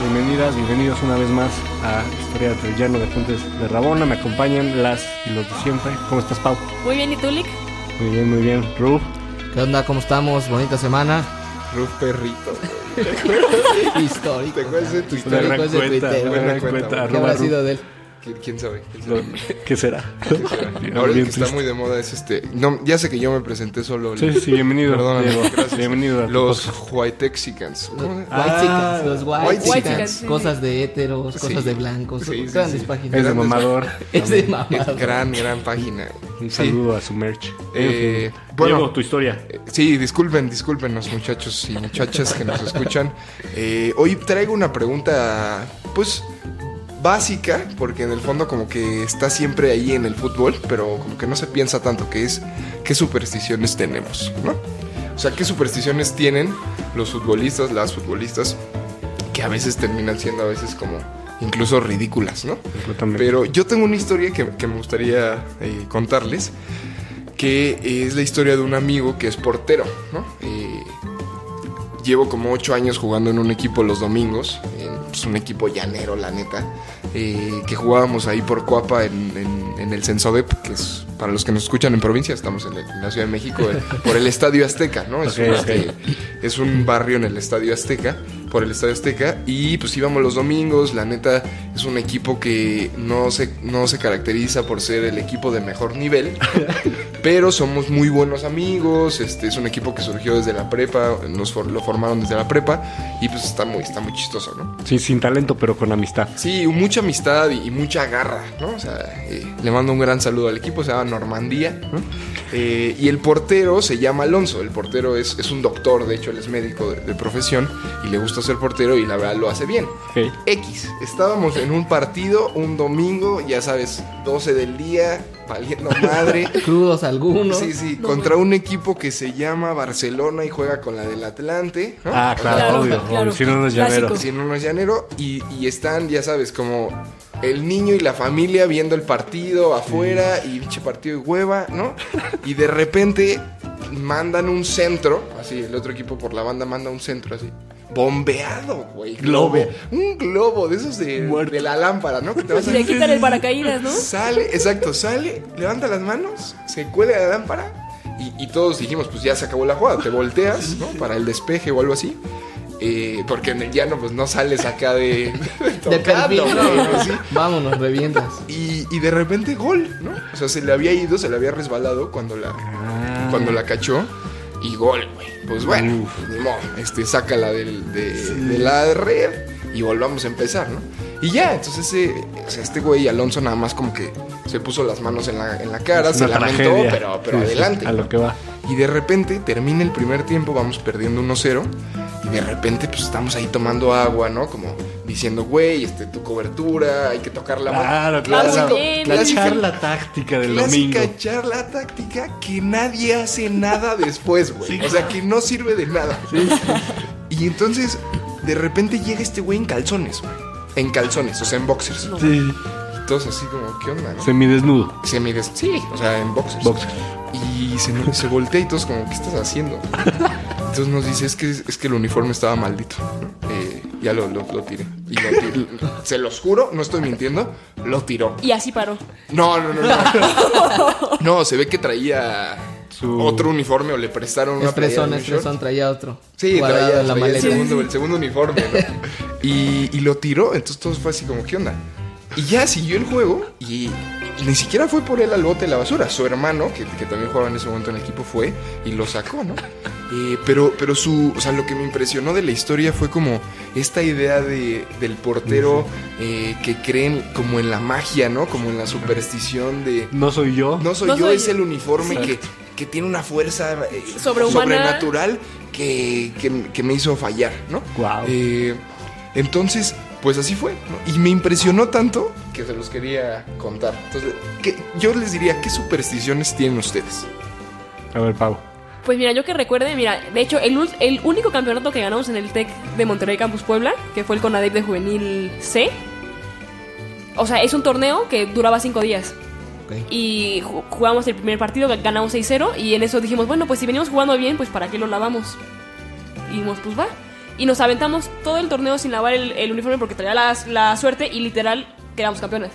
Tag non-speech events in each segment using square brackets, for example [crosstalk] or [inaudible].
bienvenidas, bienvenidos una vez más a Historia del Llano de Fuentes de Rabona. Me acompañan las y los de siempre. ¿Cómo estás, Pau? Muy bien, ¿y tú, Lick? Muy bien, muy bien. Ruf, ¿Qué onda? ¿Cómo estamos? Bonita semana. [laughs] Ruf [laughs] Perrito. Histórico. ¿Te acuerdas de tu una historia? gran cosa de cuenta, Twitter, una buena gran cuenta, cuenta. ¿Qué Arroba habrá Ruf. sido de él? ¿Qui- ¿Quién sabe? ¿Quién sabe? Lo- [laughs] ¿Qué será? [laughs] Ahora el Bien que está triste. muy de moda es este. No, ya sé que yo me presenté solo. Sí, sí, bienvenido. Perdóname, Diego. gracias. Bienvenido a [laughs] tu Los Whitexicans. Los ¿Cómo White se- Ah, chicas, los white, white chicas, chicas, sí. cosas de héteros, Sí. cosas de blancos, Sí, sí, grandes sí. Es de páginas. Grandes- mamador. Es de mamado. Gran, gran página. Un Sí. saludo a su merch. Eh, En fin. bueno. Diego, tu historia. Eh, Sí, disculpen, discúlpenos muchachos y muchachas que nos escuchan. Eh, hoy traigo una pregunta, pues, básica, porque en el fondo como que está siempre ahí en el fútbol, pero como que no se piensa tanto, que es qué supersticiones tenemos, ¿no? O sea, qué supersticiones tienen los futbolistas, las futbolistas, que a veces terminan siendo a veces como incluso ridículas, ¿no? Completamente. Pero yo tengo una historia que, que me gustaría eh, contarles, que es la historia de un amigo que es portero, ¿no? Eh, llevo como ocho años jugando en un equipo los domingos, en, pues, un equipo llanero, la neta, eh, que jugábamos ahí por Coapa en, en- en el Censodep, que es, para los que nos escuchan en provincia, estamos en, el- en la Ciudad de [laughs] México, eh, por el Estadio Azteca, ¿no? Es, Ok, un, ok. este, [laughs] es un barrio en el Estadio Azteca, por el Estadio Azteca, y pues íbamos los domingos, la neta es un equipo que no se, no se caracteriza por ser el equipo de mejor nivel, pero somos muy buenos amigos, este es un equipo que surgió desde la prepa, nos for- lo formaron desde la prepa, y pues está muy, está muy chistoso, ¿no? Sí, sin talento, pero con amistad. Sí, mucha amistad y, y mucha garra, ¿no? O sea, eh, le mando un gran saludo al equipo, se llama Normandía, ¿no? Eh, y el portero se llama Alonso, el portero es, es un doctor, de hecho él es médico de, de profesión y le gusta ser portero y la verdad lo hace bien. Ok. X, estábamos en un partido un domingo, ya sabes, 12 del día, valiendo madre. Crudos algunos. Sí, sí, contra un equipo que se llama Barcelona y juega con la del Atlante. ¿no? Ah, claro, Claro, obvio. claro. Si no, no es llavero. Clásico. Sí, en unos llanero y, y están, ya sabes, como el niño y la familia viendo el partido afuera y pinche partido de hueva, ¿no? Y de repente mandan un centro, así, el otro equipo por la banda manda un centro así. Bombeado, güey. Globo. Globe- Un globo de esos de, Muerto. de la lámpara, ¿no? Que te vas [laughs] a- Le quitan el paracaídas, ¿no? Sale, exacto, sale, levanta las manos, se cuelga la lámpara y, y todos dijimos, pues ya se acabó la jugada, te volteas, [laughs] ¿no? Para el despeje o algo así. eh, porque en el llano pues no sales acá [laughs] de... De perfil. tocando, ¿no? Así. Vámonos, revientas. Y, y de repente gol, ¿no? O sea, se le había ido, se le había resbalado cuando la, Ah, cuando la cachó. Y gol, güey. Pues bueno, Uf. ni modo, este, sácala del- de, de la red y volvamos a empezar, ¿no? Y ya, entonces ese- o sea, este güey Alonso nada más como que se puso las manos en la, en la cara, Es se una lamentó, tragedia. pero, pero Sí, sí, adelante. a lo que va. Y de repente termina el primer tiempo, vamos perdiendo 1-0. Y de repente, pues estamos ahí tomando agua, ¿no? Como diciendo, güey, este, tu cobertura, hay que tocar la Claro, claro. claro. Muy bien. La Clásica- charla táctica del domingo. Clásica charla táctica que nadie hace nada después, güey. o sea, que no sirve de nada. Y entonces, de repente llega este güey en calzones, güey. En calzones, o sea, en boxers. Sí, Todos así como, ¿qué onda, no? semidesnudo. Se mide, sí, o sea, en boxers. Boxer. Y se, nos- se voltea y todos como, ¿qué estás haciendo? Entonces nos dice, es que, es que el uniforme estaba maldito. ¿no? Eh, ya lo, lo, lo tiré. Y lo tiré. Se los juro, no estoy mintiendo, lo tiró. Y así paró. No, no, no, no. No, se ve que traía Su- otro uniforme o le prestaron una playera Expresón, de un short. expresón, traía otro. Sí, guardado traía, en la traía el, maleta. segundo, el segundo uniforme, ¿no? [laughs] y, y lo tiró, entonces todo fue así como, ¿qué onda? Y ya siguió el juego y ni siquiera fue por él al bote de la basura. Su hermano, que, que también jugaba en ese momento en el equipo, fue y lo sacó, [laughs] ¿no? Eh, pero, pero su, o sea, lo que me impresionó de la historia fue como esta idea de, del portero eh, que creen como en la magia, ¿no? Como en la superstición de... No soy yo. No soy No yo, soy es yo. el uniforme que, que tiene una fuerza eh, Sobrehumana. sobrenatural que, que- que me hizo fallar, ¿no? Guau. Eh, entonces, pues así fue. ¿no? Y me impresionó tanto que se los quería contar. Entonces, ¿qué- yo les diría, ¿qué supersticiones tienen ustedes? A ver, Pau. Pues mira, yo que recuerde, mira, de hecho, el, ul- el único campeonato que ganamos en el TEC de Monterrey Campus Puebla, que fue el Conadep de Juvenil C, o sea, es un torneo que duraba cinco días. Ok. Y ju- jugamos el primer partido, ga- ganamos 6-0, y en eso dijimos, bueno, pues si venimos jugando bien, pues ¿para qué lo lavamos? Y dijimos, pues va. Y nos aventamos todo el torneo sin lavar el, el uniforme porque traía la, la suerte y literal quedamos campeones.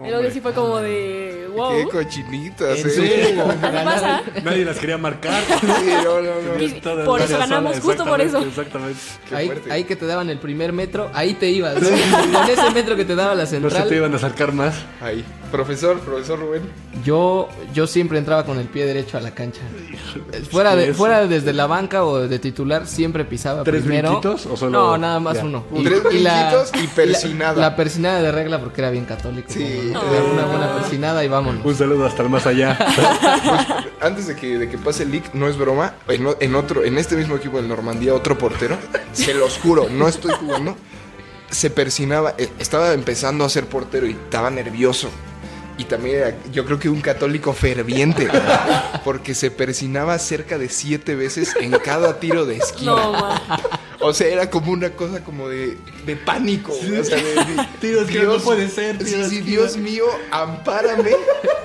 Entonces sí fue como de, wow. Qué cochinitas, En ¿eh? serio. Así pasa. Nadie las quería [laughs] marcar. Sí, no, no, no. Y- por eso ganamos, justo por eso. Exactamente. Qué Ahí, fuerte. ahí que te daban el primer metro, ahí te ibas. [laughs] Con ese metro que te daba la No se central. te iban a acercar más. Ahí. Profesor, profesor Rubén. Yo, yo siempre entraba con el pie derecho a la cancha. Fuera, de, fuera desde la banca o de titular, siempre pisaba ¿Tres primero. brinquitos o solo- No, nada más Ya. uno. Tres brinquitos y persinada. La, la persinada de regla porque era bien católico. Sí. Ah. Pues, ¿no? Era Una buena persinada y vámonos. Un saludo hasta el [laughs] más allá. [laughs] Antes de que, de que pase el leak, no es broma. En, o- en otro, en este mismo equipo del Normandía, otro portero, se los juro, no estoy jugando. Se persinaba, eh, estaba empezando a ser portero y estaba nervioso. Y también era, yo creo que un católico ferviente, porque se persinaba cerca de siete veces en cada tiro de esquina. No, ma. O sea, era como una cosa como de, de pánico. o sea, de- de- Tiro de esquina, no puede ser, sí, tiro de sí, esquina. Dios mío, ampárame.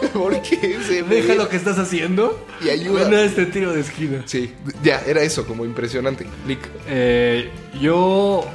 [laughs] Porque se me- Deja lo que estás haciendo. Y ayuda. Bueno, este tiro de esquina. Sí, ya, era eso, como impresionante. Lick. Eh, yo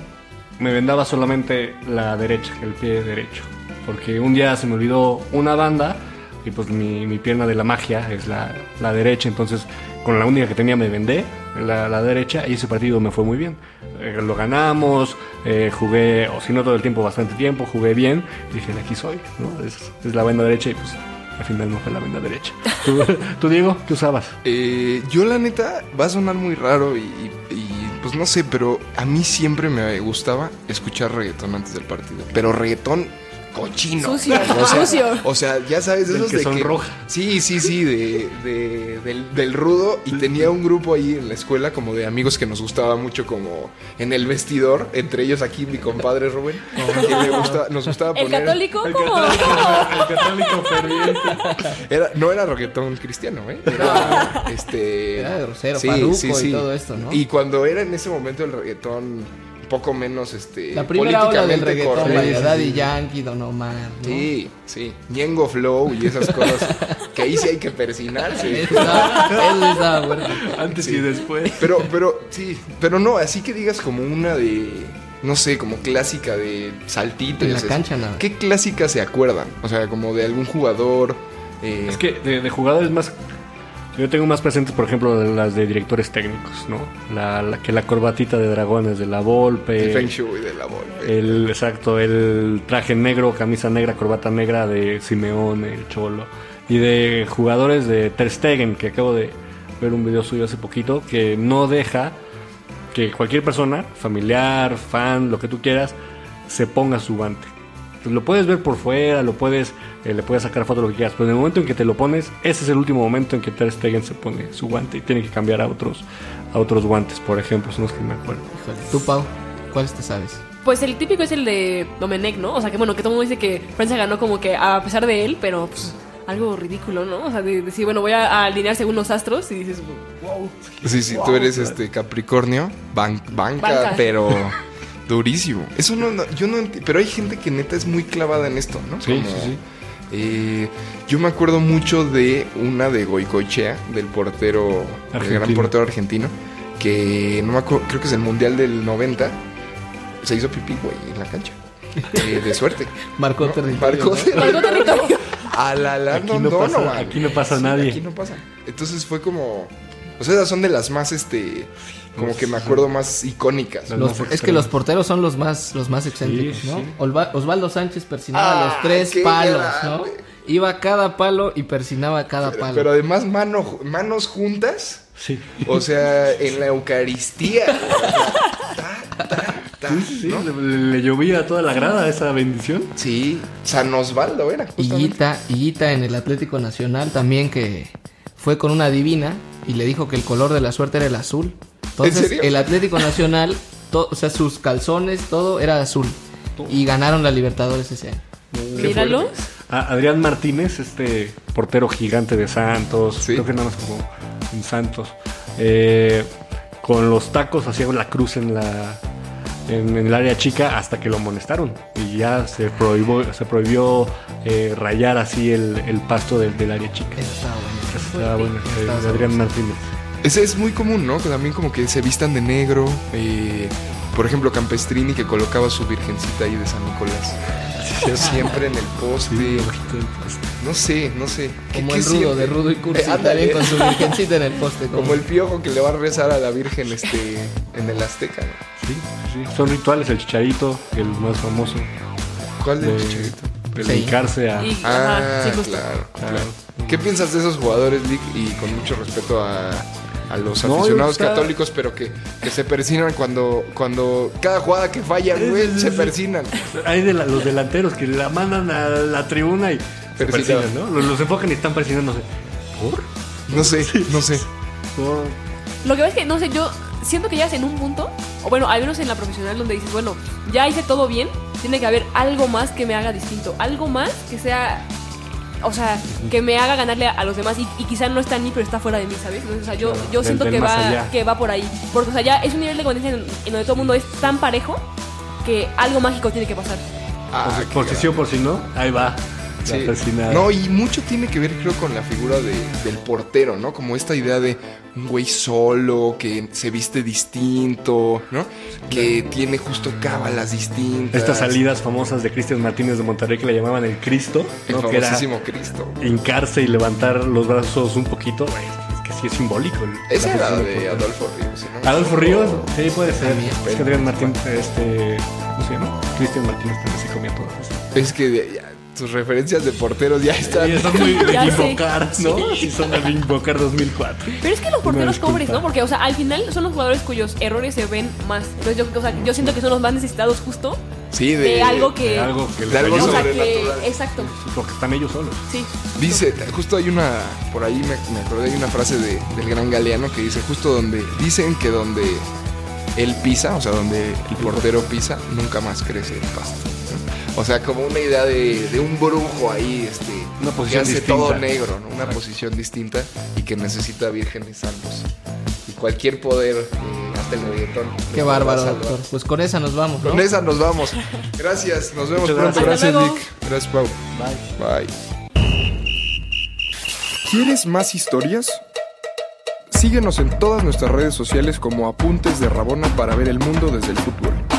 me vendaba solamente la derecha, el pie derecho. Porque un día se me olvidó una banda y pues mi, mi pierna de la magia es la, la derecha. Entonces con la única que tenía me vendé la, la derecha y ese partido me fue muy bien. Eh, lo ganamos, eh, jugué, o si no todo el tiempo, bastante tiempo, jugué bien. Dije, "De aquí soy, ¿no? Es, es la banda derecha y pues al final no fue la banda derecha. ¿Tú, [laughs] tú, Diego, qué usabas? Eh, yo la neta, va a sonar muy raro y, y- y, pues no sé, pero a mí siempre me gustaba escuchar reggaetón antes del partido. Pero reggaetón cochino. Sucio, [laughs] O sea, sucio. O sea, ya sabes, Del esos que de son que... roja. Sí, sí, sí, de, de- del, del rudo. Y tenía un grupo ahí en la escuela como de amigos que nos gustaba mucho como en el vestidor. Entre ellos aquí mi compadre Rubén. que le gusta- nos gustaba ¿El poner... católico? El ¿Cómo? católico, el católico ferviente. Era, no era reggaetón cristiano, ¿eh? [laughs] Era, este, Era de Rosero, Farruko y todo esto, ¿no? Y cuando era en ese momento el reggaetón un poco menos, este... La primera ola del políticamente reggaetón, correcto. vaya, Daddy Yankee, Don Omar. ¿no? Sí, sí. Ñengo Flow y esas [laughs] cosas. que ahí sí hay que persinarse. Eso estaba- eso estaba bueno. Antes Sí. y después. Pero, pero, sí. Pero no, así que digas como una de... No sé, como clásica de saltitos. En la cancha, nada. ¿Qué clásica se acuerdan? O sea, como de algún jugador... eh, Es que de, de jugadores más. Yo tengo más presentes, por ejemplo, de las de directores técnicos, ¿no? La, la- que la corbatita de dragones de la Volpe. el Feng Shui de la bola. el- exacto, el traje negro, camisa negra, corbata negra de Simeón, el Cholo. Y de jugadores de Ter Stegen, que acabo de ver un video suyo hace poquito, que no deja que cualquier persona, familiar, fan, lo que tú quieras, se ponga su guante. Lo puedes ver por fuera, lo puedes, eh, le puedes sacar foto lo que quieras, pero en el momento en que te lo pones, ese es el último momento en que Ter Stegen se pone su guante y tiene que cambiar a otros, a otros guantes, por ejemplo, son los que me acuerdo. Híjole, Tú, Pau, ¿cuáles te sabes? Pues el típico es el de Domenech, ¿no? O sea, que bueno, que todo el mundo dice que Francia ganó como que a pesar de él, pero pues, algo ridículo, ¿no? O sea, de decir, bueno, voy a, a alinear según los astros y dices, wow. Sí, sí, tú eres este Capricornio, ban- banca, Banca. pero durísimo. Eso no, no- yo no enti- pero hay gente que neta es muy clavada en esto, ¿no? Sí, sí, sí. eh, yo me acuerdo mucho de una de Goicoechea, del portero, del gran Argentino. portero argentino, que no me acuerdo, creo que es el Mundial del 90, se hizo pipí, güey, en la [laughs] cancha. Eh, de suerte. Marcó ¿no? territorio, Marcó [laughs] ¿no? territorio. Marcó territorio. A la Aquí Landon no pasa- Donovan. aquí no pasa nadie. Aquí no pasa. Entonces fue como. O sea, esas son de las más, este. Pues, Como que me acuerdo más icónicas. Las ¿no? Los- más es que extremos. los porteros son los más, los más excéntricos, Sí, ¿no? sí. Olva- Osvaldo Sánchez persinaba Ah, los tres qué palos, ¿no? grande. Iba a cada palo y persinaba cada palo. Pero además, mano, manos juntas. Sí. O [laughs] sea, en la Eucaristía. güey, o sea, ta, ta, ta, Sí, Ah, ¿no? le, le llovía a toda la grada esa bendición. Sí, San Osvaldo era. Y Justamente. Guita, y Guita en el Atlético Nacional también que fue con una divina y le dijo que el color de la suerte era el azul. Entonces ¿En serio? [laughs] el Atlético Nacional, to- o sea, sus calzones, todo era azul. y ganaron la Libertadores ese año. Qué Míralos. fuerte. A- Adrián Martínez, este portero gigante de Santos, Sí. creo que nada más jugó en Santos. eh, con los tacos hacía la cruz en la en, en el área chica hasta que lo amonestaron y ya se prohibió se prohibió eh, rayar así el, el pasto del, del área chica. Eso estaba bueno. Estaba bueno, eh, Estaba de Adrián sabroso. Martínez. Ese es muy común, ¿no? Que también como que se vistan de negro. eh, por ejemplo, Campestrini que colocaba su virgencita ahí de San Nicolás. Siempre en el poste. No sé, no sé. ¿Qué- Como qué el rudo, siempre? de rudo y cursi, Eh, ándale. también con su virgencita en el poste. [laughs] como- Como el piojo que le va a rezar a la Virgen este, en el Azteca. ¿no? Sí, sí. Son rituales, el chicharito, el más famoso, ¿Cuál de, del chicharito? de Sí. dedicarse a... Y, ajá, Ah, sí, justo. claro, Claro. claro. ¿Qué piensas de esos jugadores, Lick? Y con mucho respeto a, a los No, aficionados está- católicos, pero que, que se persinan cuando, cuando cada jugada que falla, güey, se persinan. Hay de la- los delanteros que la mandan a la tribuna y se Persignan. persignan, ¿no? Los, los enfocan y están persignándose. ¿Por? No sé, no sé. No. Lo que pasa es que, no sé, yo siento que llegas en un punto, o bueno, al menos en la profesional, donde dices, bueno, ya hice todo bien, tiene que haber algo más que me haga distinto, algo más que sea, o sea, que me haga ganarle a, a los demás y, y quizá no está en mí, pero está fuera de mí, ¿sabes? Entonces, o sea, yo, Claro, yo del- siento del que más va, allá. que va por ahí, porque, o sea, ya es un nivel de competencia en, en donde todo el mundo es tan parejo que algo mágico tiene que pasar. Ah, Por si- por si sí o por si no, ahí va. La Sí. asesinada. No, y mucho tiene que ver, creo, con la figura de- del portero, ¿no? Como esta idea de un güey solo, que se viste distinto, ¿no? Que tiene justo cábalas distintas. Estas salidas famosas de Cristian Martínez de Monterrey que le llamaban el Cristo, El ¿no? Que era famosísimo Cristo. hincarse y levantar los brazos un poquito. Es que sí es simbólico. el- Ese la era afición de por- Adolfo Ah, Ríos. si no me Adolfo Ríos, equivoco. sí puede ser. También. Es que Adrián Martínez, este, ¿cómo se llama? Cristian Martínez también se comía todo eso. Es que de- ya, tus referencias de porteros ya están. Y están muy [laughs] de Ya sé. invocar, ¿no? Sí, son de invocar 2004. Pero es que los porteros disculpa. pobres, ¿no? Porque, o sea, al final son los jugadores cuyos errores se ven más. Entonces, yo, o sea, yo siento que son los más necesitados justo Sí, de, de algo que... De algo que les de algo o ayude, sea, que, sobrenatural. exacto, Porque están ellos solos. sí. Dice, justo hay una, por ahí me, me acordé, hay una frase de- del gran Galeano que dice, justo donde, dicen que donde él pisa, o sea, donde el portero pisa, nunca más crece el pasto. ¿no? O sea, como una idea de, de un brujo ahí, este, Una posición que hace distinta. todo negro, ¿no? una posición distinta y que necesita vírgenes salvos. Y cualquier poder, eh, hasta el reggaetón. Qué lo va a bárbaro, salvar. doctor. Pues con esa nos vamos, ¿no? Con esa nos vamos. Gracias, nos vemos Muchas pronto. gracias. Gracias, Hasta luego. Nick. Gracias, Pau. Bye. ¿Quieres más historias? Síguenos en todas nuestras redes sociales como Apuntes de Rabona para ver el mundo desde el fútbol.